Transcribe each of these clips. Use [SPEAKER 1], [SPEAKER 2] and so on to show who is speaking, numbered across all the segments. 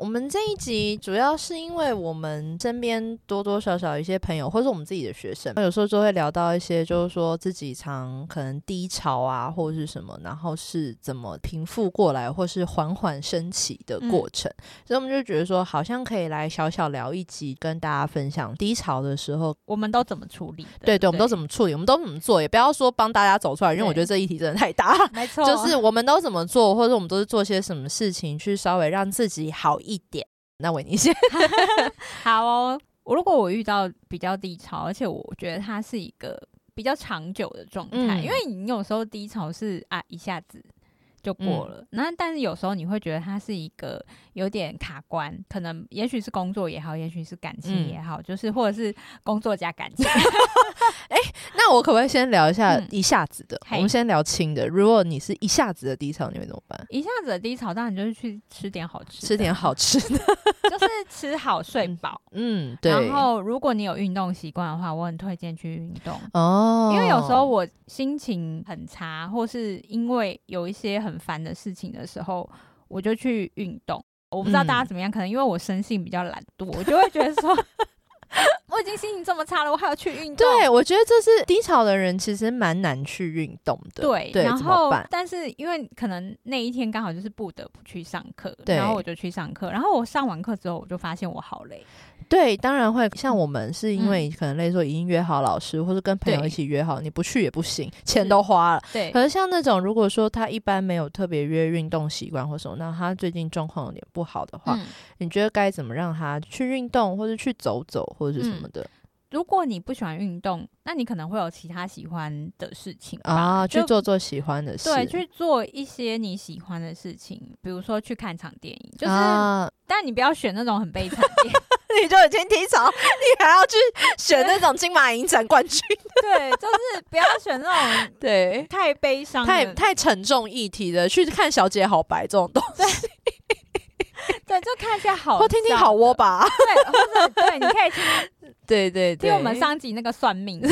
[SPEAKER 1] 我们这一集主要是因为我们身边多多少少有一些朋友，或是我们自己的学生，有时候就会聊到一些，就是说自己常可能低潮啊，或者是什么，然后是怎么平复过来，或是缓缓升起的过程。所以我们就觉得说，好像可以来小小聊一集，跟大家分享低潮的时候
[SPEAKER 2] 我们都怎么处理的？
[SPEAKER 1] 对对，我们都
[SPEAKER 2] 么
[SPEAKER 1] 怎么处理，我们都怎么做，也不要说帮大家走出来，因为我
[SPEAKER 2] 对
[SPEAKER 1] 觉得这议题真的太大了。
[SPEAKER 2] 没错，
[SPEAKER 1] 就是我们都怎么做，或者我们都是做些什么事情，去稍微让自己好一点。那维尼先，
[SPEAKER 2] 好哦。我如果我遇到比较低潮，而且我觉得它是一个比较长久的状态，
[SPEAKER 1] 嗯
[SPEAKER 2] 因为你有时候低潮是啊一下子就过
[SPEAKER 1] 嗯
[SPEAKER 2] 了，那但是有时候你会觉得它是一个有点卡关，可能也许是工作也好，也许是感情
[SPEAKER 1] 嗯
[SPEAKER 2] 也好，就是或者是工作加感情，
[SPEAKER 1] 那我可不可以先聊一下
[SPEAKER 2] 嗯
[SPEAKER 1] 一下子的？
[SPEAKER 2] 嘿
[SPEAKER 1] 我们先聊轻的。如果你是一下子的低潮，你会怎么办？
[SPEAKER 2] 一下子的低潮，当然就是去吃点好吃的，
[SPEAKER 1] 吃点好吃的。
[SPEAKER 2] 就是吃好睡饱，
[SPEAKER 1] 嗯，对。
[SPEAKER 2] 然后，如果你有运动习惯的话，我很推荐去运动，
[SPEAKER 1] 哦，
[SPEAKER 2] 因为有时候我心情很差，或是因为有一些很烦的事情的时候，我就去运动。我不知道大家
[SPEAKER 1] 嗯
[SPEAKER 2] 怎么样，可能因为我生性比较懒惰，我就会觉得说， 我已经心情这么差了，我还要去运动。
[SPEAKER 1] 对，我觉得这是低潮的人其实蛮难去运动的。
[SPEAKER 2] 对，
[SPEAKER 1] 对，
[SPEAKER 2] 然
[SPEAKER 1] 怎么
[SPEAKER 2] 后
[SPEAKER 1] 办？
[SPEAKER 2] 但是因为可能那一天刚好就是不得不去上课，
[SPEAKER 1] 对
[SPEAKER 2] 然后我就去上课，然后我上完课之后，我就发现我好累，
[SPEAKER 1] 对，当然会像我们是因为可能类似说已经约好老师，或是跟朋友
[SPEAKER 2] 对
[SPEAKER 1] 一起约好，你不去也不行，钱
[SPEAKER 2] 是
[SPEAKER 1] 都花了。
[SPEAKER 2] 对，
[SPEAKER 1] 可是像那种如果说他一般没有特别约运动习惯或什么，那他最近状况有点不好的话，
[SPEAKER 2] 嗯
[SPEAKER 1] 你觉得该怎么让他去运动，或者去走走，或者是什么的、
[SPEAKER 2] 如果你不喜欢运动，那你可能会有其他喜欢的事情吧
[SPEAKER 1] 啊？去
[SPEAKER 2] 就
[SPEAKER 1] 做做喜欢的事，
[SPEAKER 2] 对，去做一些你喜欢的事情，比如说去看场电影，就是，
[SPEAKER 1] 啊、
[SPEAKER 2] 但你不要选那种很悲惨的电影，
[SPEAKER 1] 你就已经低潮，你还要去选那种金马影展冠军，
[SPEAKER 2] 对，就是不要选那种
[SPEAKER 1] 对。
[SPEAKER 2] 太悲伤的，
[SPEAKER 1] 太太沉重议题的，去看《小姐好白》这种东西，
[SPEAKER 2] 对，就看一下好，
[SPEAKER 1] 或听听好窝，吧。
[SPEAKER 2] 对，或者对，你可以听
[SPEAKER 1] 对对对，
[SPEAKER 2] 听我们，上集那个算命，就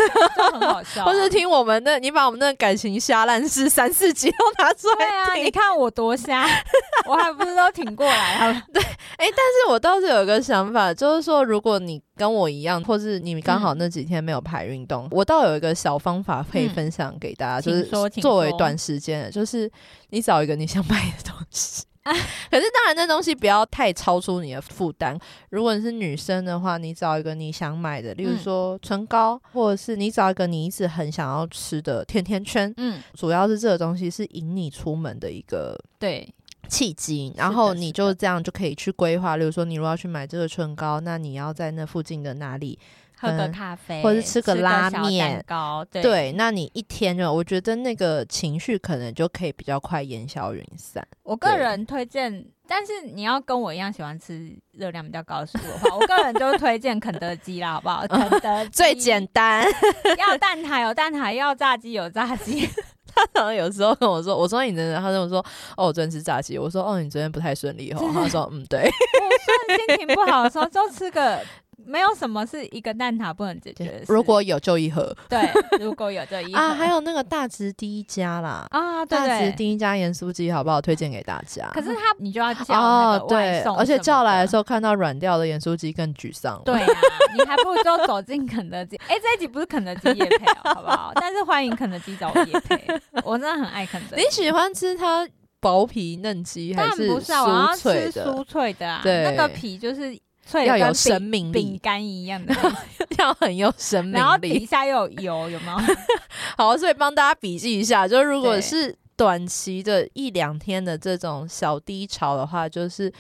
[SPEAKER 2] 很好笑， 啊
[SPEAKER 1] 或是。听我们的，你把我们的感情瞎烂事三四集都拿出
[SPEAKER 2] 对
[SPEAKER 1] 来
[SPEAKER 2] 啊，
[SPEAKER 1] 听
[SPEAKER 2] 你。看我多瞎， 我还不是都挺过来了。
[SPEAKER 1] 哎、但是我倒是有个想法，就是说，如果你跟我一样，或是你刚好
[SPEAKER 2] 嗯
[SPEAKER 1] 那几天没有排运动，我倒有一个小方法可以
[SPEAKER 2] 嗯
[SPEAKER 1] 分享给大家，
[SPEAKER 2] 请
[SPEAKER 1] 就是
[SPEAKER 2] 说请
[SPEAKER 1] 作为
[SPEAKER 2] 说
[SPEAKER 1] 短时间的，就是你找一个你想买的东西。 可是当然，那东西不要太超出你的负担。如果你是女生的话，你找一个你想买的，例如
[SPEAKER 2] 嗯
[SPEAKER 1] 说唇膏，或者是你找一个你一直很想要吃的甜甜圈。
[SPEAKER 2] 嗯，
[SPEAKER 1] 主要是这个东西是引你出门的一个
[SPEAKER 2] 对，
[SPEAKER 1] 契机，
[SPEAKER 2] 的
[SPEAKER 1] 然后你
[SPEAKER 2] 是
[SPEAKER 1] 就
[SPEAKER 2] 的
[SPEAKER 1] 这样就可以去规划，例如说你如果要去买这个唇膏，那你要在那附近的哪里？
[SPEAKER 2] 喝个
[SPEAKER 1] 嗯
[SPEAKER 2] 咖啡，
[SPEAKER 1] 或是吃个拉
[SPEAKER 2] 小蛋
[SPEAKER 1] 面
[SPEAKER 2] 糕，对
[SPEAKER 1] 对，那你一天就，我觉得那个情绪可能就可以比较快烟消云散。
[SPEAKER 2] 我个
[SPEAKER 1] 对
[SPEAKER 2] 人推荐，但是你要跟我一样喜欢吃热量比较高的食物的话，我个人就推荐肯德基啦，好不 好？肯德基
[SPEAKER 1] 最简单，
[SPEAKER 2] 要蛋挞有蛋挞，要炸鸡有炸鸡，
[SPEAKER 1] 他常常有时候跟我说，我说你真的，他跟我说，哦，我昨天吃炸鸡，我说，哦，你昨天不太顺利哦，他说，嗯， 对，
[SPEAKER 2] 心情不好的时候就吃个。没有什么是一个蛋挞不能解决的事。
[SPEAKER 1] 如果有就一盒
[SPEAKER 2] 对，如果有这一
[SPEAKER 1] 啊，还
[SPEAKER 2] 有
[SPEAKER 1] 有那个大直第一家啦，
[SPEAKER 2] 啊，对
[SPEAKER 1] 大直
[SPEAKER 2] 对。
[SPEAKER 1] 第一家盐酥鸡好不好？推荐给大家。哦
[SPEAKER 2] 可是他你就要叫那个
[SPEAKER 1] 啊对
[SPEAKER 2] 外，送什么的、
[SPEAKER 1] 而且叫来的时候看到软掉的盐酥鸡更沮丧。
[SPEAKER 2] 对啊，你还不如就走进肯德基。哎、这一集不是肯德基夜配、哦，好不好？但是欢迎肯德基找我夜配，我真的很爱肯德基。
[SPEAKER 1] 你喜欢吃它薄皮嫩鸡
[SPEAKER 2] 当
[SPEAKER 1] 还
[SPEAKER 2] 然不是啊，我
[SPEAKER 1] 酥
[SPEAKER 2] 要
[SPEAKER 1] 脆
[SPEAKER 2] 吃
[SPEAKER 1] 的？
[SPEAKER 2] 酥脆的啊，
[SPEAKER 1] 对
[SPEAKER 2] 那个皮就是脆的，
[SPEAKER 1] 要有
[SPEAKER 2] 跟
[SPEAKER 1] 生
[SPEAKER 2] 饼
[SPEAKER 1] 命
[SPEAKER 2] 饼
[SPEAKER 1] 力，
[SPEAKER 2] 干一样的那种，
[SPEAKER 1] 要很有生命
[SPEAKER 2] 然后底
[SPEAKER 1] 力。
[SPEAKER 2] 下又有油，有没 有？
[SPEAKER 1] 好，所以帮大家笔记一下，就如果
[SPEAKER 2] 对
[SPEAKER 1] 是短期的一两天的这种小低潮的话，就是。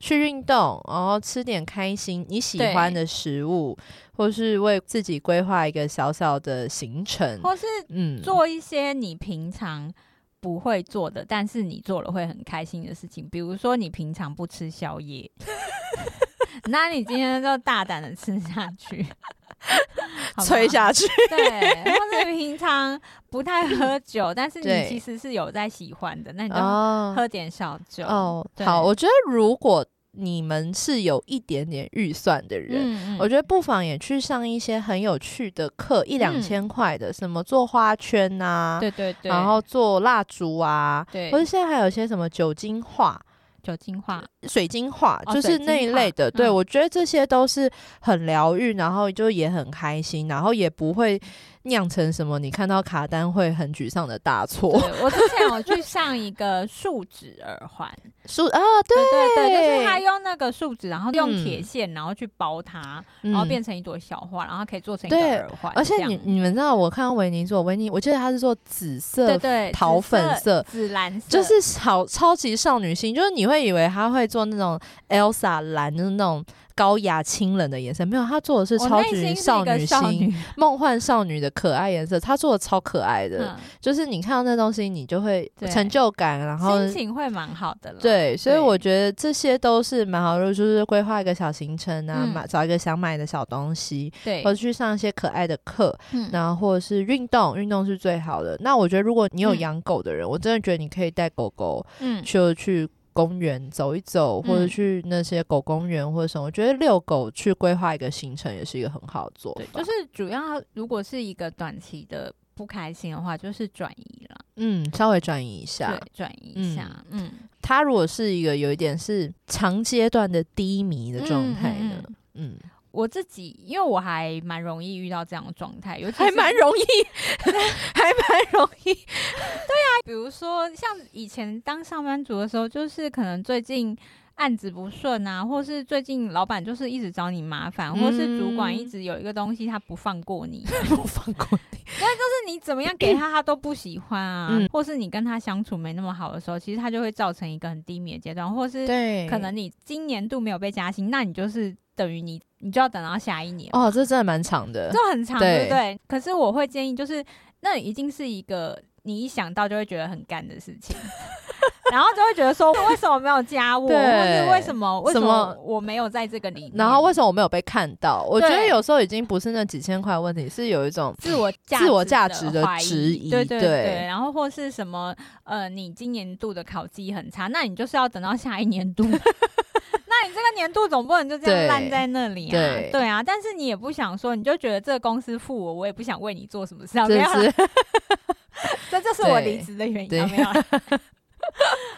[SPEAKER 1] 去运动，然后吃点开心你喜欢的食物，或是为自己规划一个小小的行程，
[SPEAKER 2] 或是
[SPEAKER 1] 嗯，
[SPEAKER 2] 做一些你平常不会做的，但是你做了会很开心的事情，比如说你平常不吃宵 夜。那你今天就大胆的吃下去，好吗
[SPEAKER 1] 吹下 去，
[SPEAKER 2] 对，或者你平常不太喝酒，但是
[SPEAKER 1] 对
[SPEAKER 2] 你其实是有在喜欢的，那你就
[SPEAKER 1] 哦
[SPEAKER 2] 喝点小酒
[SPEAKER 1] 哦，
[SPEAKER 2] 对
[SPEAKER 1] 好，我觉得如果你们是有一点点预算的人，
[SPEAKER 2] 嗯
[SPEAKER 1] 我觉得不妨也去上一些很有趣的课，一两
[SPEAKER 2] 嗯
[SPEAKER 1] 千块的，什么做花圈呐、
[SPEAKER 2] 对对对，
[SPEAKER 1] 然后做蜡烛啊，
[SPEAKER 2] 对
[SPEAKER 1] 或者现在还有一些什么酒精画、
[SPEAKER 2] 酒精化，
[SPEAKER 1] 水晶画，
[SPEAKER 2] 哦
[SPEAKER 1] 就是那一类的。
[SPEAKER 2] 水晶画
[SPEAKER 1] 对，
[SPEAKER 2] 嗯
[SPEAKER 1] 我觉得这些都是很疗愈，然后就也很开心，然后也不会酿成什么你看到卡丹会很沮丧的大错。
[SPEAKER 2] 对我之前有去上一个树脂耳 环，
[SPEAKER 1] 树啊，
[SPEAKER 2] 对
[SPEAKER 1] 对
[SPEAKER 2] 对对，就是他
[SPEAKER 1] 对
[SPEAKER 2] 用那个树脂，然后用
[SPEAKER 1] 嗯
[SPEAKER 2] 铁线，然后去包它，
[SPEAKER 1] 嗯
[SPEAKER 2] 然哦后变成一朵小花，然后可以做成一个
[SPEAKER 1] 对
[SPEAKER 2] 耳环。
[SPEAKER 1] 而且
[SPEAKER 2] 这样
[SPEAKER 1] 你你们知道，我看到维尼做维尼，我记得他是做紫
[SPEAKER 2] 对
[SPEAKER 1] 色
[SPEAKER 2] 对
[SPEAKER 1] 桃
[SPEAKER 2] 紫
[SPEAKER 1] 粉色
[SPEAKER 2] 紫蓝色，
[SPEAKER 1] 就是超超级少女心，就是你会以为她会做那种 Elsa 蓝，就是那种高雅清冷的颜色，没有，她做的是
[SPEAKER 2] 我
[SPEAKER 1] 超
[SPEAKER 2] 内
[SPEAKER 1] 级
[SPEAKER 2] 心是
[SPEAKER 1] 少
[SPEAKER 2] 一个
[SPEAKER 1] 女
[SPEAKER 2] 少
[SPEAKER 1] 心、
[SPEAKER 2] 女
[SPEAKER 1] 梦幻少女的可爱颜色，她做的超可爱的，
[SPEAKER 2] 嗯
[SPEAKER 1] 就是你看到那东西，你就会
[SPEAKER 2] 对
[SPEAKER 1] 成就感，然后。
[SPEAKER 2] 心情会蛮好的了。
[SPEAKER 1] 对，所以
[SPEAKER 2] 对
[SPEAKER 1] 我觉得这些都是蛮好的，就是规划一个小行程啊，
[SPEAKER 2] 嗯
[SPEAKER 1] 买、找一个想买的小东西，
[SPEAKER 2] 对
[SPEAKER 1] 或者去上一些可爱的课，
[SPEAKER 2] 嗯
[SPEAKER 1] 然后或者是运动，运动是最好的。那我觉得如果你有
[SPEAKER 2] 嗯
[SPEAKER 1] 养狗的人，我真的觉得你可以带狗狗
[SPEAKER 2] 嗯
[SPEAKER 1] 就去公园走一走，或者
[SPEAKER 2] 嗯
[SPEAKER 1] 去那些狗公园或者什么。我觉得遛狗去规划一个行程也是一个很好的做
[SPEAKER 2] 对，
[SPEAKER 1] 法。
[SPEAKER 2] 就是主要如果是一个短期的不开心的话，就是转移了，
[SPEAKER 1] 嗯，稍微转移一下
[SPEAKER 2] 对。，转移一下，嗯，
[SPEAKER 1] 它如果是一个有一点是长阶段的低迷的状态呢，嗯，
[SPEAKER 2] 我自己，因为我还蛮容易遇到这样的状态，尤其
[SPEAKER 1] 还
[SPEAKER 2] 是
[SPEAKER 1] 蛮 容易，还蛮容易。
[SPEAKER 2] 啊比如说像以前当上班族的时候，就是可能最近案子不顺啊，或是最近老板就是一直找你麻烦，或是主管
[SPEAKER 1] 嗯
[SPEAKER 2] 一直有一个东西他不放过你，就
[SPEAKER 1] 我放 过你，
[SPEAKER 2] 是你怎么样给他他都不喜欢啊，
[SPEAKER 1] 嗯
[SPEAKER 2] 或是你跟他相处没那么好的时候，其实他就会造成一个很低迷的阶段，或是
[SPEAKER 1] 对
[SPEAKER 2] 可能你今年度没有被加薪，那你就是等于你你就要等到下一年
[SPEAKER 1] 哦，这真的蛮长的
[SPEAKER 2] 这。很长，
[SPEAKER 1] 对
[SPEAKER 2] 对不对？可是我会建议，就是那已经是一个你一想到就会觉得很干的事情， 然后就会觉得说为什么没有加我，或
[SPEAKER 1] 对
[SPEAKER 2] 是为什么为什
[SPEAKER 1] 什么
[SPEAKER 2] 么我没有在这个里面，
[SPEAKER 1] 然后为什么我没有被看到？我觉得
[SPEAKER 2] 对
[SPEAKER 1] 有时候已经不是那几千块的问题，是有一种
[SPEAKER 2] 自我价
[SPEAKER 1] 自我价值
[SPEAKER 2] 值
[SPEAKER 1] 的
[SPEAKER 2] 怀疑
[SPEAKER 1] 质疑
[SPEAKER 2] 对对
[SPEAKER 1] 对
[SPEAKER 2] 然后或是什么呃，你今年度的考绩很差，那你就是要等到下一年 度。那你这个年度总不能就这
[SPEAKER 1] 对
[SPEAKER 2] 样烂在那里啊，
[SPEAKER 1] 对
[SPEAKER 2] 啊，但是你也不想说，你就觉得这个公司付我，我也不想为你做什么事啊，
[SPEAKER 1] 这
[SPEAKER 2] 没有啦
[SPEAKER 1] 是
[SPEAKER 2] 这就是我
[SPEAKER 1] 对
[SPEAKER 2] 离职的原因。
[SPEAKER 1] 对
[SPEAKER 2] 啊没 有啦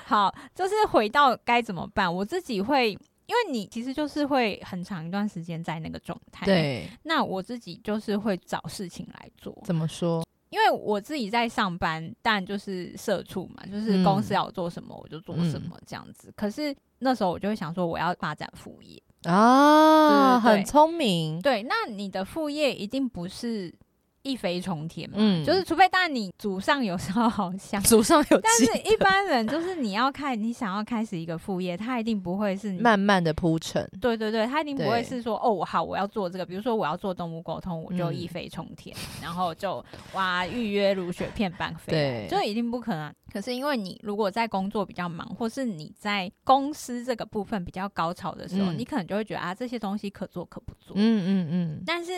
[SPEAKER 2] 好，就是回到该怎么办，我自己会，因为你其实就是会很长一段时间在那个状态。，
[SPEAKER 1] 对，
[SPEAKER 2] 那我自己就是会找事情来做，
[SPEAKER 1] 怎么 说？
[SPEAKER 2] 因为我自己在上班，但就是社畜嘛，就是公司
[SPEAKER 1] 嗯
[SPEAKER 2] 要我做什么我就做什么这样子。可是那时候我就会想说，我要发展副业。
[SPEAKER 1] 啊，
[SPEAKER 2] 对对
[SPEAKER 1] 很
[SPEAKER 2] 对
[SPEAKER 1] 聪明。
[SPEAKER 2] 对，那你的副业一定不是一飞冲天嘛，
[SPEAKER 1] 嗯
[SPEAKER 2] 就是除非当然你祖上有 烧好香。
[SPEAKER 1] 祖上有
[SPEAKER 2] 但
[SPEAKER 1] 鸡，
[SPEAKER 2] 是一般人就是你要开，你想要开始一个副业，他一定不会是你。
[SPEAKER 1] 慢慢的铺陈。
[SPEAKER 2] 对对对，他一定不
[SPEAKER 1] 对
[SPEAKER 2] 会是说哦，我好，我要做这个，比如说我要做动物沟通，我就
[SPEAKER 1] 嗯
[SPEAKER 2] 一飞冲天，然后就哇预约如雪片般飞来，
[SPEAKER 1] 对
[SPEAKER 2] 就一定不可能。啊可是因为你如果在工作比较忙，或是你在公司这个部分比较高潮的时候，
[SPEAKER 1] 嗯
[SPEAKER 2] 你可能就会觉得啊，这些东西可做可不做。
[SPEAKER 1] 嗯嗯嗯，
[SPEAKER 2] 但是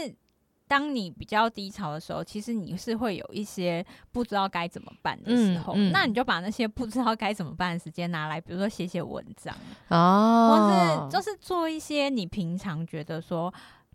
[SPEAKER 2] 当你比较低潮的时候，其实你是会有一些不知道该怎么办的时候，
[SPEAKER 1] 嗯嗯
[SPEAKER 2] 那你就把那些不知道该怎么办的时间拿来，比如说写写文章，
[SPEAKER 1] 哦
[SPEAKER 2] 或是，就是做一些你平常觉得说。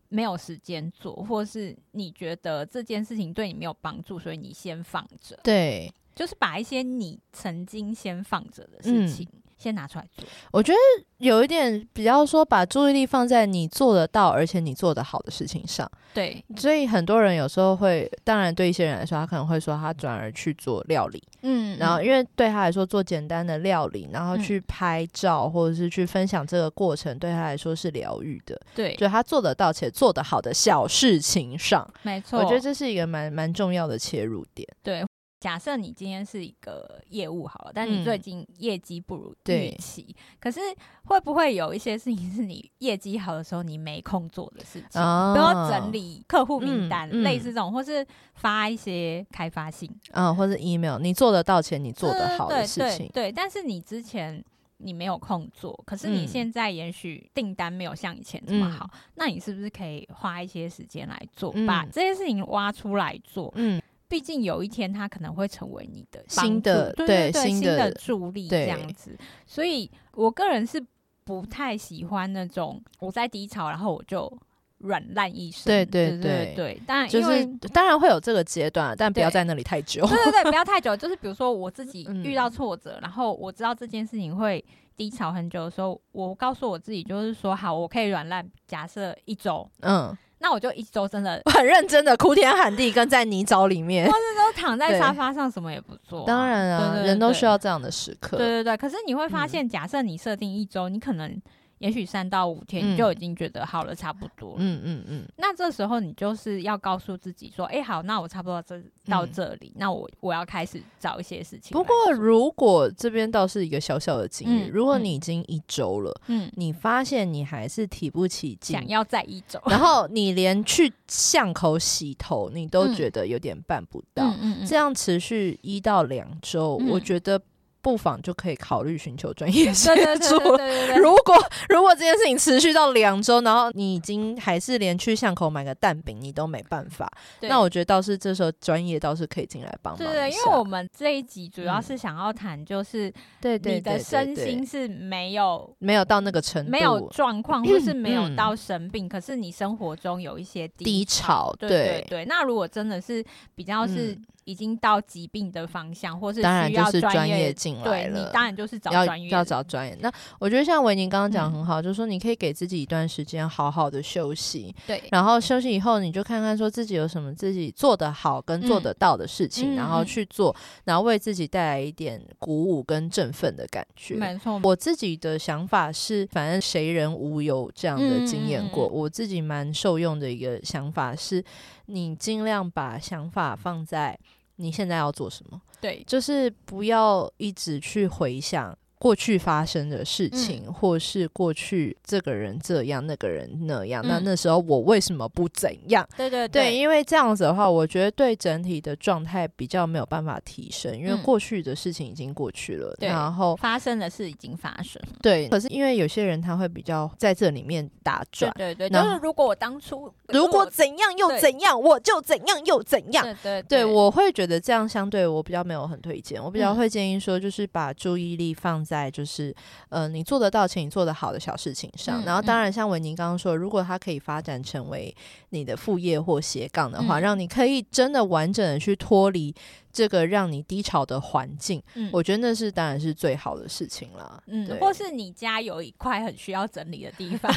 [SPEAKER 2] 没有时间做，或是你觉得这件事情对你没有帮助，所以你先放着，
[SPEAKER 1] 对，
[SPEAKER 2] 就是把一些你曾经先放着的
[SPEAKER 1] 嗯
[SPEAKER 2] 事情先拿出来做。
[SPEAKER 1] 我觉得有一点比较说，把注意力放在你做得到，而且你做得好的事情上。
[SPEAKER 2] 对，
[SPEAKER 1] 所以很多人有时候会，当然对一些人来说，他可能会说他转而去做料理，
[SPEAKER 2] 嗯
[SPEAKER 1] 然后因为对他来说做简单的料理，然后去拍照或者是去分享这个过程，对他来说是疗愈的，
[SPEAKER 2] 对，
[SPEAKER 1] 就他做得到且做得好的小事情上。
[SPEAKER 2] 没错，
[SPEAKER 1] 我觉得这是一个蛮蛮重要的切入点。
[SPEAKER 2] 对，假设你今天是一个业务好了，但你最
[SPEAKER 1] 嗯
[SPEAKER 2] 近业绩不如
[SPEAKER 1] 对
[SPEAKER 2] 预期，可是会不会有一些事情是你业绩好的时候你没空做的事情？
[SPEAKER 1] 哦
[SPEAKER 2] 比如说整理客户名单，
[SPEAKER 1] 嗯嗯
[SPEAKER 2] 类似这种，或是发一些开发信，呃
[SPEAKER 1] 嗯，或者 email，你做得到且你做得好的
[SPEAKER 2] 对
[SPEAKER 1] 事情
[SPEAKER 2] 对，对，但是你之前你没有空做，可是你
[SPEAKER 1] 嗯
[SPEAKER 2] 现在也许订单没有像以前这么好，那你是不是可以花一些时间来做，把
[SPEAKER 1] 嗯
[SPEAKER 2] 这些事情挖出来做？
[SPEAKER 1] 嗯，
[SPEAKER 2] 毕竟有一天它可能会成为你的
[SPEAKER 1] 新
[SPEAKER 2] 帮助
[SPEAKER 1] 的
[SPEAKER 2] 对
[SPEAKER 1] 对
[SPEAKER 2] 对
[SPEAKER 1] 新
[SPEAKER 2] 新
[SPEAKER 1] 的
[SPEAKER 2] 助力
[SPEAKER 1] 对
[SPEAKER 2] 这样子。所以我个人是不太喜欢那种我在低潮，然后我就软烂一生。
[SPEAKER 1] 对对
[SPEAKER 2] 对对
[SPEAKER 1] 对
[SPEAKER 2] 对，当然
[SPEAKER 1] 就
[SPEAKER 2] 因为
[SPEAKER 1] 是当然会有这个阶段，但不要
[SPEAKER 2] 对
[SPEAKER 1] 在那里太久。
[SPEAKER 2] 对对对，不要太 久。就是比如说我自己
[SPEAKER 1] 嗯
[SPEAKER 2] 遇到挫折，然后我知道这件事情会低潮很久的时候，我告诉我自己就是说，好，我可以软烂，假设一周，
[SPEAKER 1] 嗯，
[SPEAKER 2] 那我就一周真的
[SPEAKER 1] 我很认真的哭天喊地，跟在泥沼里面。
[SPEAKER 2] 都躺在
[SPEAKER 1] 对
[SPEAKER 2] 沙发上，什么也不做啊、
[SPEAKER 1] 当然啊，
[SPEAKER 2] 对对
[SPEAKER 1] 人都需。
[SPEAKER 2] 对
[SPEAKER 1] 要这样的嗯时刻。
[SPEAKER 2] 对对对，可是你会发现，假设你设定一周，你可能也许三到五天，你
[SPEAKER 1] 嗯
[SPEAKER 2] 就已经觉得好了，差不多了。
[SPEAKER 1] 嗯嗯嗯，
[SPEAKER 2] 那这时候你就是要告诉自己说，哎、好，那我差不多这到
[SPEAKER 1] 嗯
[SPEAKER 2] 这里，那我我要开始找一些事情来
[SPEAKER 1] 不
[SPEAKER 2] 做。
[SPEAKER 1] 过如果这边倒是一个小小的建议，
[SPEAKER 2] 嗯
[SPEAKER 1] 如果
[SPEAKER 2] 嗯
[SPEAKER 1] 你已经一周了，
[SPEAKER 2] 嗯，
[SPEAKER 1] 你发现你还是提不起劲
[SPEAKER 2] 想，要再一 周，
[SPEAKER 1] 然后你连去巷口洗头你都
[SPEAKER 2] 嗯
[SPEAKER 1] 觉得有点办不到，
[SPEAKER 2] 嗯嗯嗯
[SPEAKER 1] 这样持续一到两周，我
[SPEAKER 2] 嗯
[SPEAKER 1] 觉得不妨就可以考虑寻求专业 协
[SPEAKER 2] 对对对
[SPEAKER 1] 助
[SPEAKER 2] 对对对对，
[SPEAKER 1] 如果 如果这件事情持续到两周，然后你已经还是连去巷口买个蛋饼你都没办法，
[SPEAKER 2] 对
[SPEAKER 1] 那我觉得倒是这时候专业倒是可以进来帮忙
[SPEAKER 2] 对
[SPEAKER 1] 一下。
[SPEAKER 2] 对，因为我们这一集主要
[SPEAKER 1] 嗯
[SPEAKER 2] 是想要谈，就是
[SPEAKER 1] 对对
[SPEAKER 2] 你
[SPEAKER 1] 对
[SPEAKER 2] 的
[SPEAKER 1] 对
[SPEAKER 2] 身
[SPEAKER 1] 对
[SPEAKER 2] 心是没有
[SPEAKER 1] 没有到那个程度，
[SPEAKER 2] 没有状 况，或是没有
[SPEAKER 1] 嗯
[SPEAKER 2] 到生病，可是你生活中有一些
[SPEAKER 1] 低潮，
[SPEAKER 2] 对对对，那如果真的是比较是
[SPEAKER 1] 嗯
[SPEAKER 2] 已经到疾病的方向，或是
[SPEAKER 1] 当然
[SPEAKER 2] 需
[SPEAKER 1] 就
[SPEAKER 2] 要
[SPEAKER 1] 是专
[SPEAKER 2] 业
[SPEAKER 1] 业，进来
[SPEAKER 2] 对你
[SPEAKER 1] 了。
[SPEAKER 2] 当然就是找
[SPEAKER 1] 要
[SPEAKER 2] 专业
[SPEAKER 1] 要
[SPEAKER 2] 的
[SPEAKER 1] 找专业，那我觉得像维尼刚刚讲
[SPEAKER 2] 嗯
[SPEAKER 1] 很好，就是说你可以给自己一段时间好好的休息，
[SPEAKER 2] 对
[SPEAKER 1] 然后休息以后，你就看看说自己有什么自己做得好跟做得到的事
[SPEAKER 2] 嗯嗯
[SPEAKER 1] 情，然后
[SPEAKER 2] 嗯
[SPEAKER 1] 去做，然后为自己带来一点鼓舞跟振奋的感觉。
[SPEAKER 2] 没错，
[SPEAKER 1] 我自己的想法是，反正谁人无有这样的经验过，
[SPEAKER 2] 嗯嗯
[SPEAKER 1] 我自己蛮受用的一个想法是，你尽量把想法放在你现在要做什么，
[SPEAKER 2] 对
[SPEAKER 1] 就是不要一直去回想过去发生的事
[SPEAKER 2] 嗯
[SPEAKER 1] 情，或是过去这个人这样，那个人那样。那
[SPEAKER 2] 嗯
[SPEAKER 1] 那时候我为什么不怎样？
[SPEAKER 2] 对对
[SPEAKER 1] 对，，因为这样子的话，我觉得对整体的状态比较没有办法提升，因为
[SPEAKER 2] 嗯
[SPEAKER 1] 过去的事情已经过去了。
[SPEAKER 2] 对
[SPEAKER 1] 然后
[SPEAKER 2] 发生的事已经发生了，
[SPEAKER 1] 对，可是因为有些人他会比较在这里面打
[SPEAKER 2] 对
[SPEAKER 1] 转。
[SPEAKER 2] 对对，就
[SPEAKER 1] 然
[SPEAKER 2] 是
[SPEAKER 1] 后
[SPEAKER 2] 如果我当初
[SPEAKER 1] 啊如果
[SPEAKER 2] 我
[SPEAKER 1] 怎样又
[SPEAKER 2] 对
[SPEAKER 1] 怎样，我就怎样又怎样。
[SPEAKER 2] 对对
[SPEAKER 1] 对，我会觉得这样相对我比较没有很推荐，我比较
[SPEAKER 2] 嗯
[SPEAKER 1] 会建议说，就是把注意力放在就是呃你做得到且你做得好的小事情上。
[SPEAKER 2] 嗯
[SPEAKER 1] 然后当
[SPEAKER 2] 嗯
[SPEAKER 1] 然像文宁刚刚说，如果它可以发展成为你的副业或斜杠的话，
[SPEAKER 2] 嗯
[SPEAKER 1] 让你可以真的完整的去脱离这个让你低潮的环境，
[SPEAKER 2] 嗯
[SPEAKER 1] 我觉得那是当然是最好的事情啦。
[SPEAKER 2] 嗯，
[SPEAKER 1] 对
[SPEAKER 2] 或是你家有一块很需要整理的地 方，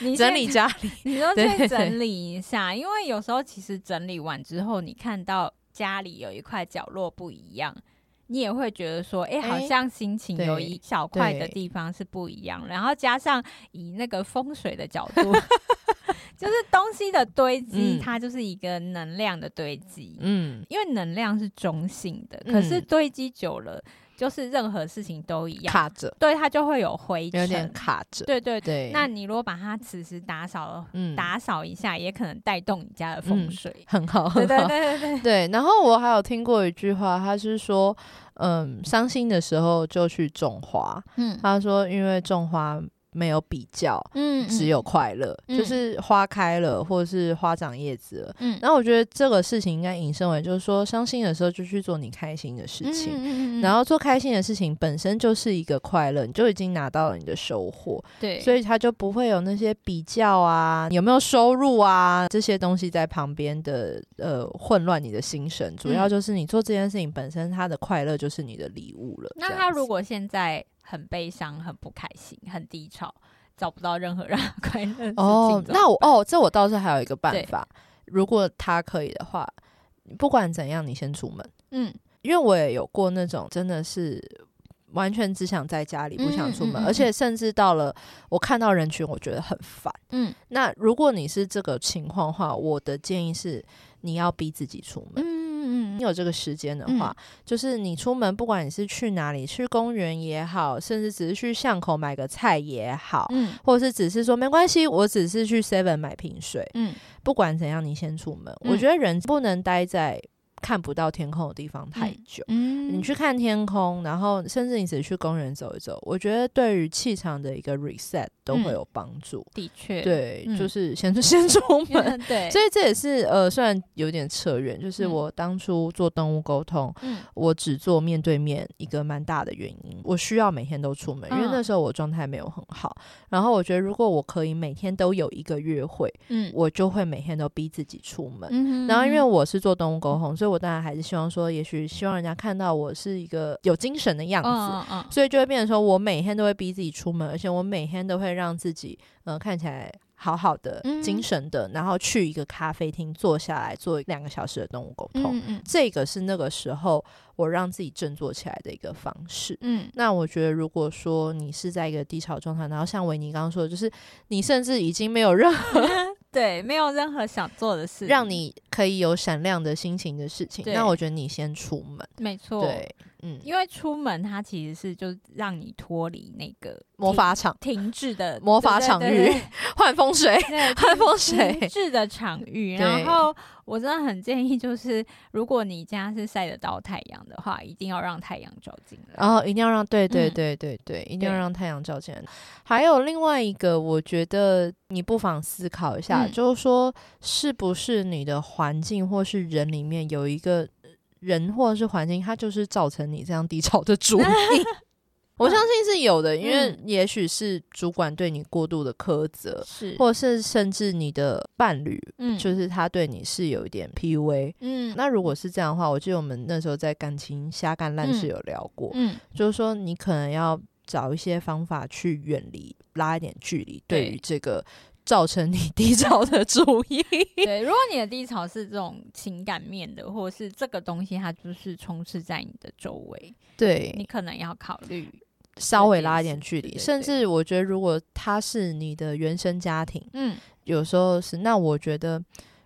[SPEAKER 2] 你
[SPEAKER 1] 整
[SPEAKER 2] 先
[SPEAKER 1] 理家里，
[SPEAKER 2] 你都
[SPEAKER 1] 对
[SPEAKER 2] 去整理一下，因为有时候其实整理完之后，你看到家里有一块角落不一样，你也会觉得说，哎、
[SPEAKER 1] 哎
[SPEAKER 2] 好像心情
[SPEAKER 1] 对
[SPEAKER 2] 有一小块的
[SPEAKER 1] 对
[SPEAKER 2] 地方是不一样。然后加上以那个风水的角度，就是东西的堆积，
[SPEAKER 1] 嗯
[SPEAKER 2] 它就是一个能量的堆积。
[SPEAKER 1] 嗯，
[SPEAKER 2] 因为能量是中性的，可是
[SPEAKER 1] 嗯
[SPEAKER 2] 堆积久了，就是任何事情都一样，
[SPEAKER 1] 卡着，
[SPEAKER 2] 对它就会有灰尘。
[SPEAKER 1] 有点卡着。
[SPEAKER 2] 对对对。
[SPEAKER 1] 对，
[SPEAKER 2] 那你如果把它此时打扫了，
[SPEAKER 1] 嗯
[SPEAKER 2] 打扫一下，也可能带动你家的风水。
[SPEAKER 1] 很好，
[SPEAKER 2] 对
[SPEAKER 1] 很
[SPEAKER 2] 对
[SPEAKER 1] 好。
[SPEAKER 2] 对对对，
[SPEAKER 1] 对，然后我还有听过一句话，他是说，嗯，伤心的时候就去种花。
[SPEAKER 2] 嗯
[SPEAKER 1] 他说，因为种花没有比较，
[SPEAKER 2] 嗯
[SPEAKER 1] 只有快乐，就
[SPEAKER 2] 嗯
[SPEAKER 1] 是花开了，或是花长叶子了。
[SPEAKER 2] 嗯
[SPEAKER 1] 然后我觉得这个事情应该引申为，就是说，伤心的时候就去做你开心的事情。
[SPEAKER 2] 情
[SPEAKER 1] 然
[SPEAKER 2] 后
[SPEAKER 1] 后做开心的事情本身就是一个快乐，你就已经拿到了你的收获，
[SPEAKER 2] 对，
[SPEAKER 1] 所
[SPEAKER 2] 以
[SPEAKER 1] 以他就不会有那些比较啊、有没有收入啊这些东西在旁边的呃混乱你的心神。主
[SPEAKER 2] 嗯
[SPEAKER 1] 要就是你做这件事情本身，它的快乐就是你的礼物了。
[SPEAKER 2] 那
[SPEAKER 1] 这样
[SPEAKER 2] 他如
[SPEAKER 1] 子
[SPEAKER 2] 果现在很悲伤、很不开心、很低潮，找不到任何让他快乐的事情
[SPEAKER 1] 哦，
[SPEAKER 2] 怎么
[SPEAKER 1] 那我哦，这我倒是还有一个办
[SPEAKER 2] 对
[SPEAKER 1] 法，如果他可以的话，不管怎样，你先出门，
[SPEAKER 2] 嗯
[SPEAKER 1] 因为我也有过那种真的是。完全只想在家里，不想出门，
[SPEAKER 2] 嗯嗯嗯嗯
[SPEAKER 1] 而且甚至到了我看到人群，我觉得很烦。
[SPEAKER 2] 嗯
[SPEAKER 1] 那如果你是这个情况的话，我的建议是你要逼自己出门。
[SPEAKER 2] 嗯
[SPEAKER 1] 你有这个时间的话，就是你出门，不管你是去哪里，去公园也好，甚至只是去巷口买个菜也好，
[SPEAKER 2] 嗯
[SPEAKER 1] 或者是只是说没关系，我只是去 Seven 买瓶水，
[SPEAKER 2] 嗯
[SPEAKER 1] 不管怎样，你先出门。
[SPEAKER 2] 嗯
[SPEAKER 1] 我觉得人不能待在。看不到天空的地方太久。
[SPEAKER 2] 嗯
[SPEAKER 1] 你去看天空，然后甚至你只是去公园走一走，我觉得对于气场的一个 reset 都
[SPEAKER 2] 嗯
[SPEAKER 1] 会有帮助。
[SPEAKER 2] 的确，
[SPEAKER 1] 对，
[SPEAKER 2] 嗯
[SPEAKER 1] 就是先 先出 门，
[SPEAKER 2] 对，
[SPEAKER 1] 所以这也是呃，虽然有点扯远，就是
[SPEAKER 2] 嗯
[SPEAKER 1] 我当初做动物沟通，
[SPEAKER 2] 嗯
[SPEAKER 1] 我只做面对面一个蛮大的原因，我需要每天都出门，因为
[SPEAKER 2] 嗯
[SPEAKER 1] 那时候我状态没有很好。然后我觉得如果我可以每天都有一个约会，
[SPEAKER 2] 嗯
[SPEAKER 1] 我就会每天都逼自己出门。
[SPEAKER 2] 嗯
[SPEAKER 1] 然后，因为我是做动物沟通，所以我当然还是希望说，也许希望人家看到我是一个有精神的样子，
[SPEAKER 2] 嗯嗯
[SPEAKER 1] 所以就会变成说我每天都会逼自己出门，而且我每天都会让自己呃看起来好好的、
[SPEAKER 2] 嗯
[SPEAKER 1] 精神的，然后去一个咖啡厅坐下来做两个小时的动物沟
[SPEAKER 2] 嗯
[SPEAKER 1] 通。
[SPEAKER 2] 嗯嗯
[SPEAKER 1] 这个是那个时候我让自己振作起来的一个方式。
[SPEAKER 2] 嗯
[SPEAKER 1] 那我觉得，如果说你是在一个低潮状态，然后像维尼刚刚说的，就是你甚至已经没有任何
[SPEAKER 2] 对，没有任何想做的事，
[SPEAKER 1] 让你可以有闪亮的心情的事情，
[SPEAKER 2] 对
[SPEAKER 1] 那我觉得你先出门。
[SPEAKER 2] 没错，，
[SPEAKER 1] 对，嗯，
[SPEAKER 2] 因为出门它其实是就让你脱离那个
[SPEAKER 1] 魔 法场
[SPEAKER 2] 停停滞的
[SPEAKER 1] 魔法场域
[SPEAKER 2] 对对
[SPEAKER 1] 换风水，
[SPEAKER 2] 对对
[SPEAKER 1] 换风
[SPEAKER 2] 停
[SPEAKER 1] 水
[SPEAKER 2] 停，滞的场 域。
[SPEAKER 1] 对
[SPEAKER 2] 然后我真的很建议，就是如果你家是晒得到太阳的话，一定要让太阳照进来。
[SPEAKER 1] 然后一定要让对对
[SPEAKER 2] 嗯
[SPEAKER 1] 对对对，一定要
[SPEAKER 2] 对
[SPEAKER 1] 让太阳照进来。还有另外一个，我觉得你不妨思考一下，
[SPEAKER 2] 嗯
[SPEAKER 1] 就是说是不是你的环境或是人里面有一个呃人或是环境，它就是造成你这样低潮 的主因。我相信是有的，因为
[SPEAKER 2] 嗯
[SPEAKER 1] 也许是主管对你过度的苛责，
[SPEAKER 2] 是，
[SPEAKER 1] 或是甚至你的伴侣，
[SPEAKER 2] 嗯
[SPEAKER 1] 就是他对你是有一点 PUA。
[SPEAKER 2] 嗯
[SPEAKER 1] 那如果是这样的话，我记得我们那时候在感情瞎干烂事有聊过，
[SPEAKER 2] 嗯
[SPEAKER 1] 就是说你可能要找一些方法去远离、拉一点距离，对
[SPEAKER 2] 对
[SPEAKER 1] 于这个造成你 低潮的主 因。
[SPEAKER 2] 对，如果你的低潮是这种情感面的，或者是这个东西它就是充斥在你的周围，你
[SPEAKER 1] 对，
[SPEAKER 2] 可能要考虑。
[SPEAKER 1] 稍微拉一
[SPEAKER 2] 这
[SPEAKER 1] 点
[SPEAKER 2] 件事
[SPEAKER 1] 距
[SPEAKER 2] 对
[SPEAKER 1] 离，
[SPEAKER 2] 对
[SPEAKER 1] 甚至我觉得如果他是你的原生家庭，
[SPEAKER 2] 嗯，
[SPEAKER 1] 有时候是，那我觉得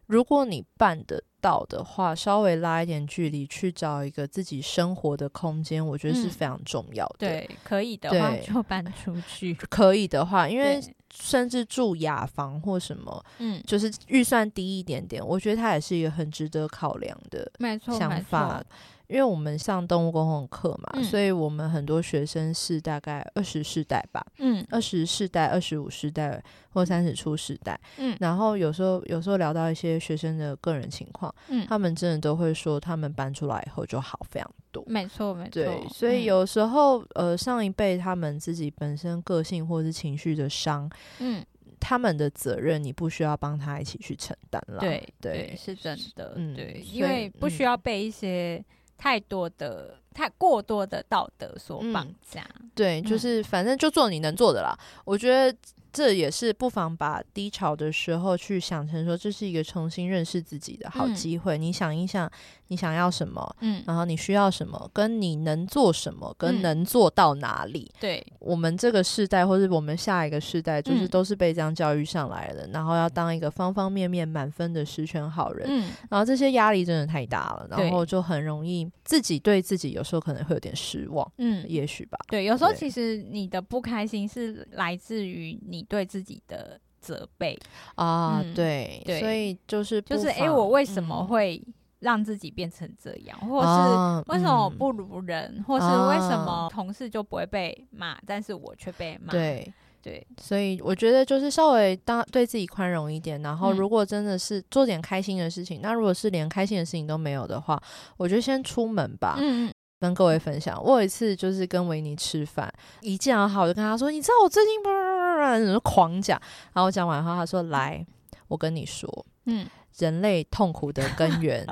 [SPEAKER 1] 如果你办得到的话，稍微拉一点距离，去找一个自己生活的空间，我觉得是
[SPEAKER 2] 嗯
[SPEAKER 1] 非常重要的。，
[SPEAKER 2] 对，可以的话
[SPEAKER 1] 对
[SPEAKER 2] 就搬出 去。
[SPEAKER 1] 可以的话，因为
[SPEAKER 2] 对
[SPEAKER 1] 甚至住雅房或什么，
[SPEAKER 2] 嗯，
[SPEAKER 1] 就是预算低一点点，我觉得它也是一个很值得考量的
[SPEAKER 2] 没错，
[SPEAKER 1] 想
[SPEAKER 2] 哦没
[SPEAKER 1] 法
[SPEAKER 2] 错。。
[SPEAKER 1] 因为我们上动物公共课嘛，
[SPEAKER 2] 嗯
[SPEAKER 1] 所以我们很多学生是大概二十世代吧，
[SPEAKER 2] 嗯
[SPEAKER 1] 二十世代、二十五世代或三十出世代。
[SPEAKER 2] 嗯
[SPEAKER 1] 然后有时候有时候聊到一些学生的个人情况，
[SPEAKER 2] 嗯，
[SPEAKER 1] 他们真的都会说，他们搬出来以后就好非常多。
[SPEAKER 2] 没错嗯没错。
[SPEAKER 1] 对，所以
[SPEAKER 2] 嗯
[SPEAKER 1] 有时候、呃，上一辈他们自己本身个性或是情绪的伤，
[SPEAKER 2] 嗯，
[SPEAKER 1] 他们的责任你不需要帮他一起去承担了。
[SPEAKER 2] 对
[SPEAKER 1] 对
[SPEAKER 2] 是真的，
[SPEAKER 1] 嗯
[SPEAKER 2] 对，
[SPEAKER 1] 所
[SPEAKER 2] 因为
[SPEAKER 1] 以
[SPEAKER 2] 不需
[SPEAKER 1] 嗯
[SPEAKER 2] 要被一些太多的、太过多的道德所
[SPEAKER 1] 嗯
[SPEAKER 2] 绑架。
[SPEAKER 1] 对，就
[SPEAKER 2] 嗯
[SPEAKER 1] 是反正就做你能做的啦。我觉得这也是不妨把低潮的时候去想成说，这是一个重新认识自己的好
[SPEAKER 2] 嗯
[SPEAKER 1] 机会。你想一想，你想要什么，
[SPEAKER 2] 嗯，
[SPEAKER 1] 然后你需要什么，跟你能做什么，
[SPEAKER 2] 嗯
[SPEAKER 1] 跟能做到哪里。
[SPEAKER 2] 对，
[SPEAKER 1] 我们这个世代，或是我们下一个世代，就是
[SPEAKER 2] 嗯
[SPEAKER 1] 都是被这样教育上来的，然后要当一个方方面面满分的十全好人。
[SPEAKER 2] 嗯，
[SPEAKER 1] 然后这些压力真的太大了，
[SPEAKER 2] 对
[SPEAKER 1] 然后就很容易自己对自己有时候可能会有点失望，
[SPEAKER 2] 嗯，
[SPEAKER 1] 也许吧。
[SPEAKER 2] 对，有时候
[SPEAKER 1] 对
[SPEAKER 2] 其实你的不开心是来自于你对自己的责备，
[SPEAKER 1] 啊，
[SPEAKER 2] 嗯
[SPEAKER 1] 对，
[SPEAKER 2] 对
[SPEAKER 1] 所以就是不
[SPEAKER 2] 就是诶，
[SPEAKER 1] 妨
[SPEAKER 2] 我为什么
[SPEAKER 1] 嗯
[SPEAKER 2] 会让自己变成这样，或是。
[SPEAKER 1] 啊
[SPEAKER 2] 为什么我
[SPEAKER 1] 嗯
[SPEAKER 2] 不如人，或是
[SPEAKER 1] 啊
[SPEAKER 2] 为什么同事就不会被骂，但是我却被骂？
[SPEAKER 1] 对？
[SPEAKER 2] 对，
[SPEAKER 1] 所以我觉得就是稍微当对自己宽容一点，然后
[SPEAKER 2] 嗯
[SPEAKER 1] 如果真的是做点开心的事情，那如果是连开心的事情都没有的话，我觉得先出门吧。
[SPEAKER 2] 嗯嗯
[SPEAKER 1] 跟各位分享，我有一次就是跟维尼吃饭，一见到他我就跟他说：“你知道我最近不不不不不狂讲。”然后讲完后他说：“来，我跟你说，
[SPEAKER 2] 嗯，
[SPEAKER 1] 人类痛苦的根 源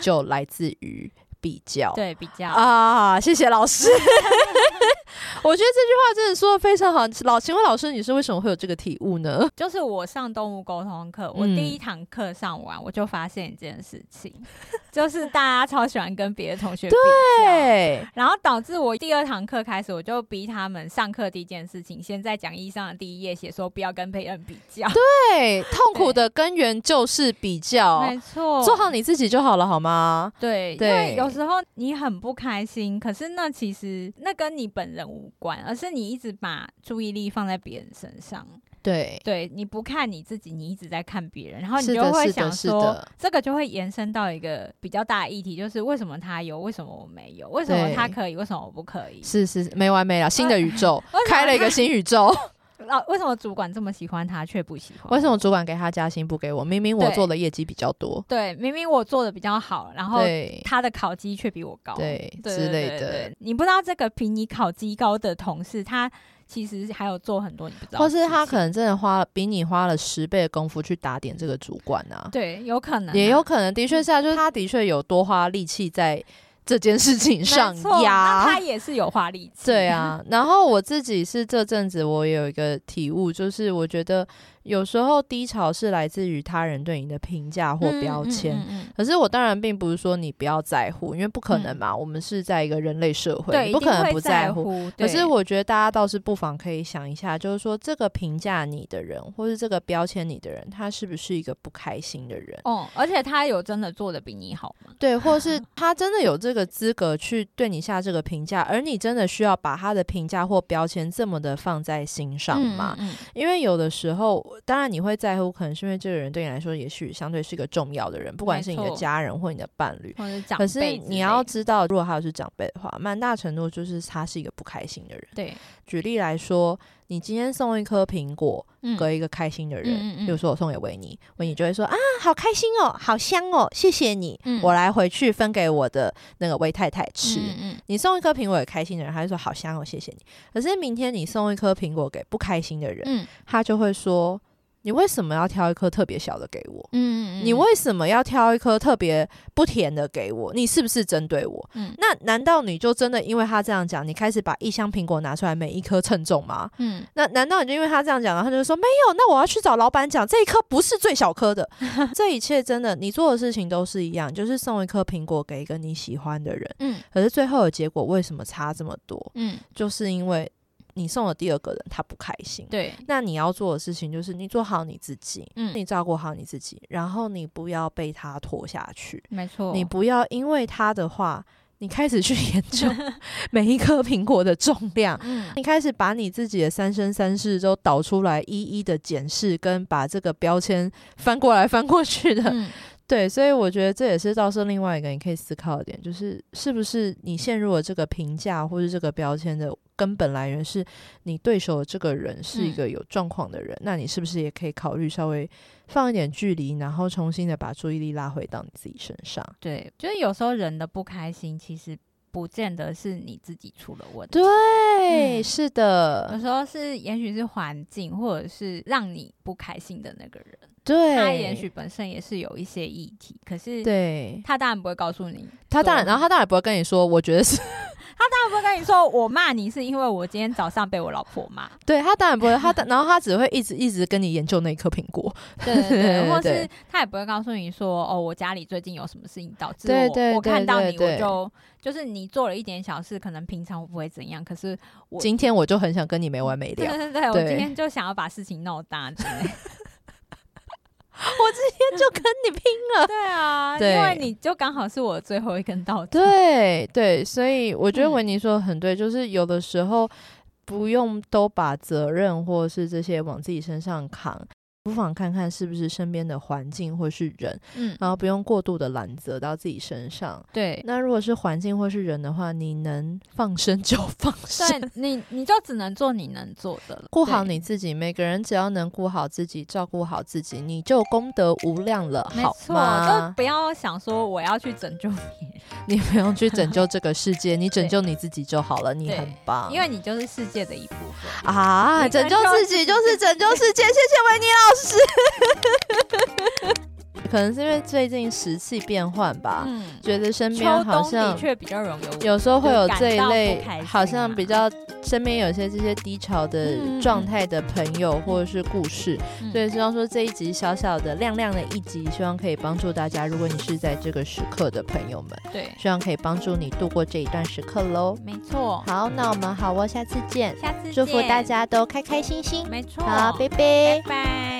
[SPEAKER 1] 就来自于比较。”
[SPEAKER 2] 对，比较
[SPEAKER 1] 啊，谢谢 老师。我觉得这句话真的说的非常好。老，请问老师，你是为什么会有这个体悟呢？
[SPEAKER 2] 就是我上动物沟通课，我
[SPEAKER 1] 嗯
[SPEAKER 2] 第一堂课上完，我就发现一件事情，就是大家超喜欢跟别的同学比较，
[SPEAKER 1] 对，
[SPEAKER 2] 然后导致我第二堂课开始，我就逼他们上课第一件事情，先在讲义上的第一页写说不要跟别人比较，
[SPEAKER 1] 对，痛苦的根源就是比较，
[SPEAKER 2] 没错，
[SPEAKER 1] 做好你自己就好了，好吗？
[SPEAKER 2] 对，因
[SPEAKER 1] 对
[SPEAKER 2] 为有时候你很不开心，可是那其实那跟你本人无关，而是你一直把注意力放在别人身上，
[SPEAKER 1] 对，
[SPEAKER 2] 对，你不看你自己，你一直在看别人，然后你
[SPEAKER 1] 是
[SPEAKER 2] 就
[SPEAKER 1] 的
[SPEAKER 2] 会
[SPEAKER 1] 是的
[SPEAKER 2] 想
[SPEAKER 1] 是
[SPEAKER 2] 说
[SPEAKER 1] 的，
[SPEAKER 2] 这个就会延伸到一个比较大的议题，就是为什么他有，为什么我没有，为什么他
[SPEAKER 1] 对
[SPEAKER 2] 可以，为什么我不可以？
[SPEAKER 1] 是是没完没了，新的宇宙
[SPEAKER 2] 为什么
[SPEAKER 1] 开了一个
[SPEAKER 2] 他
[SPEAKER 1] 新宇宙。
[SPEAKER 2] 老为什么主管这么喜欢他却不喜欢？
[SPEAKER 1] 为什么？主管给他加薪不给我？明明我
[SPEAKER 2] 对
[SPEAKER 1] 做的业绩比较多，
[SPEAKER 2] 对，明明我做的比较好，然后
[SPEAKER 1] 对
[SPEAKER 2] 他的考绩却比我高，
[SPEAKER 1] 对
[SPEAKER 2] 哦对
[SPEAKER 1] 之类
[SPEAKER 2] 对对
[SPEAKER 1] 的，
[SPEAKER 2] 对你不知道这个比你考绩高的同事，他其实还有做很多你不知道的
[SPEAKER 1] 或
[SPEAKER 2] 事
[SPEAKER 1] 是
[SPEAKER 2] 情，
[SPEAKER 1] 他可能真的花了比你花了十倍的功夫去打点这个主管啊，
[SPEAKER 2] 对，有可能、
[SPEAKER 1] 也有。可能的确是啊，就是他的确有多花力气在这件事情上
[SPEAKER 2] 没错那他
[SPEAKER 1] 压。
[SPEAKER 2] 也是有花力气。
[SPEAKER 1] 对，啊，然后我自己是这阵子我也有一个体悟，就是我觉得有时候低潮是来自于他人对你的评价或标签。
[SPEAKER 2] 嗯嗯嗯嗯
[SPEAKER 1] 可是我当然并不是说你不要在乎，因为不可能
[SPEAKER 2] 嗯
[SPEAKER 1] 嘛，我们是在一个人类社会，
[SPEAKER 2] 对，
[SPEAKER 1] 你
[SPEAKER 2] 一
[SPEAKER 1] 不
[SPEAKER 2] 定
[SPEAKER 1] 可能
[SPEAKER 2] 会
[SPEAKER 1] 不
[SPEAKER 2] 在
[SPEAKER 1] 在乎。
[SPEAKER 2] 乎。
[SPEAKER 1] 可是
[SPEAKER 2] 对，
[SPEAKER 1] 我觉得大家倒是不妨可以想一下，就是说这个评价你的人，或是这个标签你的人，他是不是一个不开心的人？
[SPEAKER 2] 哦，而且他有真的做的比你好吗？
[SPEAKER 1] 对，或是 他真的有这个资格去对你下这个评价，而你真的需要把他的评价或标签这么的放在心上吗？
[SPEAKER 2] 嗯？嗯
[SPEAKER 1] 因为有的时候，当然你会在乎，可能是因为这个人对你来说，也许相对是个重要的人，不管是你
[SPEAKER 2] 没
[SPEAKER 1] 的
[SPEAKER 2] 错
[SPEAKER 1] 家人或你的伴侣。
[SPEAKER 2] 或者长
[SPEAKER 1] 可是
[SPEAKER 2] 辈之
[SPEAKER 1] 你要
[SPEAKER 2] 类的
[SPEAKER 1] 知道，如果他是长辈的话，蛮大程度就是他是一个不开心的人。
[SPEAKER 2] 对，
[SPEAKER 1] 举例来说，你今天送一颗苹果
[SPEAKER 2] 嗯
[SPEAKER 1] 给一个开心的人，
[SPEAKER 2] 嗯嗯嗯
[SPEAKER 1] 比如说我送给维尼，维尼就会说啊，好开心哦，好香哦，谢谢你，
[SPEAKER 2] 嗯
[SPEAKER 1] 我来回去分给我的那个魏太太吃。
[SPEAKER 2] 嗯嗯
[SPEAKER 1] 你送一颗苹果给开心的人，他就说好香哦，谢谢你。可是明天你送一颗苹果给不开心的人，
[SPEAKER 2] 嗯
[SPEAKER 1] 他就会说你为什么要挑一颗特别小的给我？
[SPEAKER 2] 嗯嗯，
[SPEAKER 1] 你为什么要挑一颗特别不甜的给我？你是不是针对我？
[SPEAKER 2] 嗯
[SPEAKER 1] 那难道你就真的因为他这样讲，你开始把一箱苹果拿出来，每一颗称重吗？
[SPEAKER 2] 嗯
[SPEAKER 1] 那难道你就因为他这样讲，然后就说没有？那我要去找老板讲，这一颗不是最小 颗的。这一切真的，你做的事情都是一样，就是送一颗苹果给一个你喜欢的人，
[SPEAKER 2] 嗯
[SPEAKER 1] 可是最后的结果为什么差这么多？
[SPEAKER 2] 嗯，
[SPEAKER 1] 就是因为你送了第二个人，他不开心。
[SPEAKER 2] 对，
[SPEAKER 1] 那你要做的事情就是你做好你自己，
[SPEAKER 2] 嗯
[SPEAKER 1] 你照顾好你自己，然后你不要被他拖下去，
[SPEAKER 2] 没错，
[SPEAKER 1] 你不要因为他的话，你开始去 研究每一颗苹果的重量。
[SPEAKER 2] 嗯
[SPEAKER 1] 你开始把你自己的三生三世都导出来，一一的检视，跟把这个标签翻过来翻过去的，
[SPEAKER 2] 嗯
[SPEAKER 1] 对，所以我觉得这也是倒是另外一个你可以思考的点，就是是不是你陷入了这个评价或是这个标签的根本来源是你对手这个人是一
[SPEAKER 2] 嗯
[SPEAKER 1] 个有状况的人，那你是不是也可以考虑稍微放一点距离，然后重新的把注意力拉回到你自己身上？
[SPEAKER 2] 对，就是有时候人的不开心，其实不见得是你自己出了问题。
[SPEAKER 1] 对，呃
[SPEAKER 2] 嗯
[SPEAKER 1] 是
[SPEAKER 2] 有
[SPEAKER 1] 的，
[SPEAKER 2] 时候是，也许是环境，或者是让你不开心的那个人，
[SPEAKER 1] 对，
[SPEAKER 2] 他也许本身也是有一些议题，可是
[SPEAKER 1] 对
[SPEAKER 2] 他当然不会告诉你，
[SPEAKER 1] 他当然，
[SPEAKER 2] 说
[SPEAKER 1] 然后他当然不会跟你说，我觉得 是
[SPEAKER 2] 他不会跟你说我骂你是因为我今天早上被我老婆骂，
[SPEAKER 1] 对，他当然不会，他当然后他只会一直一直跟你研究那一颗苹果，
[SPEAKER 2] 对对对，或
[SPEAKER 1] 对
[SPEAKER 2] 是他也不会告诉你说哦，我家里最近有什么事情导致我
[SPEAKER 1] 对对
[SPEAKER 2] 我
[SPEAKER 1] 对
[SPEAKER 2] 看到
[SPEAKER 1] 对
[SPEAKER 2] 你
[SPEAKER 1] 对
[SPEAKER 2] 我就就是你做了一点小事，可能平常我不会怎样，可是我
[SPEAKER 1] 今天我就很想跟你没完没
[SPEAKER 2] 对
[SPEAKER 1] 了。
[SPEAKER 2] 对对，我
[SPEAKER 1] 对
[SPEAKER 2] 今天就想要把事情闹大之 类的，
[SPEAKER 1] 我今天就跟你拼了。
[SPEAKER 2] 对啊，
[SPEAKER 1] 对
[SPEAKER 2] 因为你就刚好是我最后一根稻草，
[SPEAKER 1] 对对，所以我觉得
[SPEAKER 2] 嗯
[SPEAKER 1] 维尼说的很对，就是有的时候不用都把责任或是这些往自己身上扛，不妨看看是不是身边的环境或是人，
[SPEAKER 2] 嗯，
[SPEAKER 1] 然后不用过度的揽责到自己身上。
[SPEAKER 2] 对。
[SPEAKER 1] 那如果是环境或是人的话，你能放生就放生。
[SPEAKER 2] 对你，你就只能做你能做的了，
[SPEAKER 1] 顾好
[SPEAKER 2] 对
[SPEAKER 1] 你自己，每个人只要能顾好自己，照顾好自己，你就功德无量了，
[SPEAKER 2] 没
[SPEAKER 1] 好
[SPEAKER 2] 错，就
[SPEAKER 1] 吗？
[SPEAKER 2] 不要想说我要去拯救别人，
[SPEAKER 1] 你不用去拯救这个世界，你拯救你自己就好了，你
[SPEAKER 2] 对
[SPEAKER 1] 很棒。
[SPEAKER 2] 因为你就是世界的一部分。
[SPEAKER 1] 啊，
[SPEAKER 2] 你
[SPEAKER 1] 拯
[SPEAKER 2] 拯
[SPEAKER 1] 救
[SPEAKER 2] 救
[SPEAKER 1] 自
[SPEAKER 2] 自己
[SPEAKER 1] 己就是拯救世界，谢谢维尼老师。 可能是因为最近时气变换吧，
[SPEAKER 2] 嗯，
[SPEAKER 1] 觉得身边
[SPEAKER 2] 秋
[SPEAKER 1] 好
[SPEAKER 2] 冬的
[SPEAKER 1] 像
[SPEAKER 2] 确比较容易
[SPEAKER 1] 有时候会有这
[SPEAKER 2] 就
[SPEAKER 1] 一
[SPEAKER 2] 感到
[SPEAKER 1] 类
[SPEAKER 2] 不开，心
[SPEAKER 1] 好像比较身边有一些这些低潮的
[SPEAKER 2] 嗯嗯嗯
[SPEAKER 1] 状态的朋友或者是故事，
[SPEAKER 2] 嗯
[SPEAKER 1] 所以希望说这一集小小的亮亮的一集，希望可以帮助大家。如果你是在这个时刻的朋友们，
[SPEAKER 2] 对，
[SPEAKER 1] 希望可以帮助你度过这一段时刻喽。
[SPEAKER 2] 没错。
[SPEAKER 1] 好，那我们好哦，下次见。
[SPEAKER 2] 下次
[SPEAKER 1] 祝福
[SPEAKER 2] 见
[SPEAKER 1] 大，家都开开心心。
[SPEAKER 2] 没错，
[SPEAKER 1] 好，拜
[SPEAKER 2] 拜
[SPEAKER 1] 拜。
[SPEAKER 2] 拜。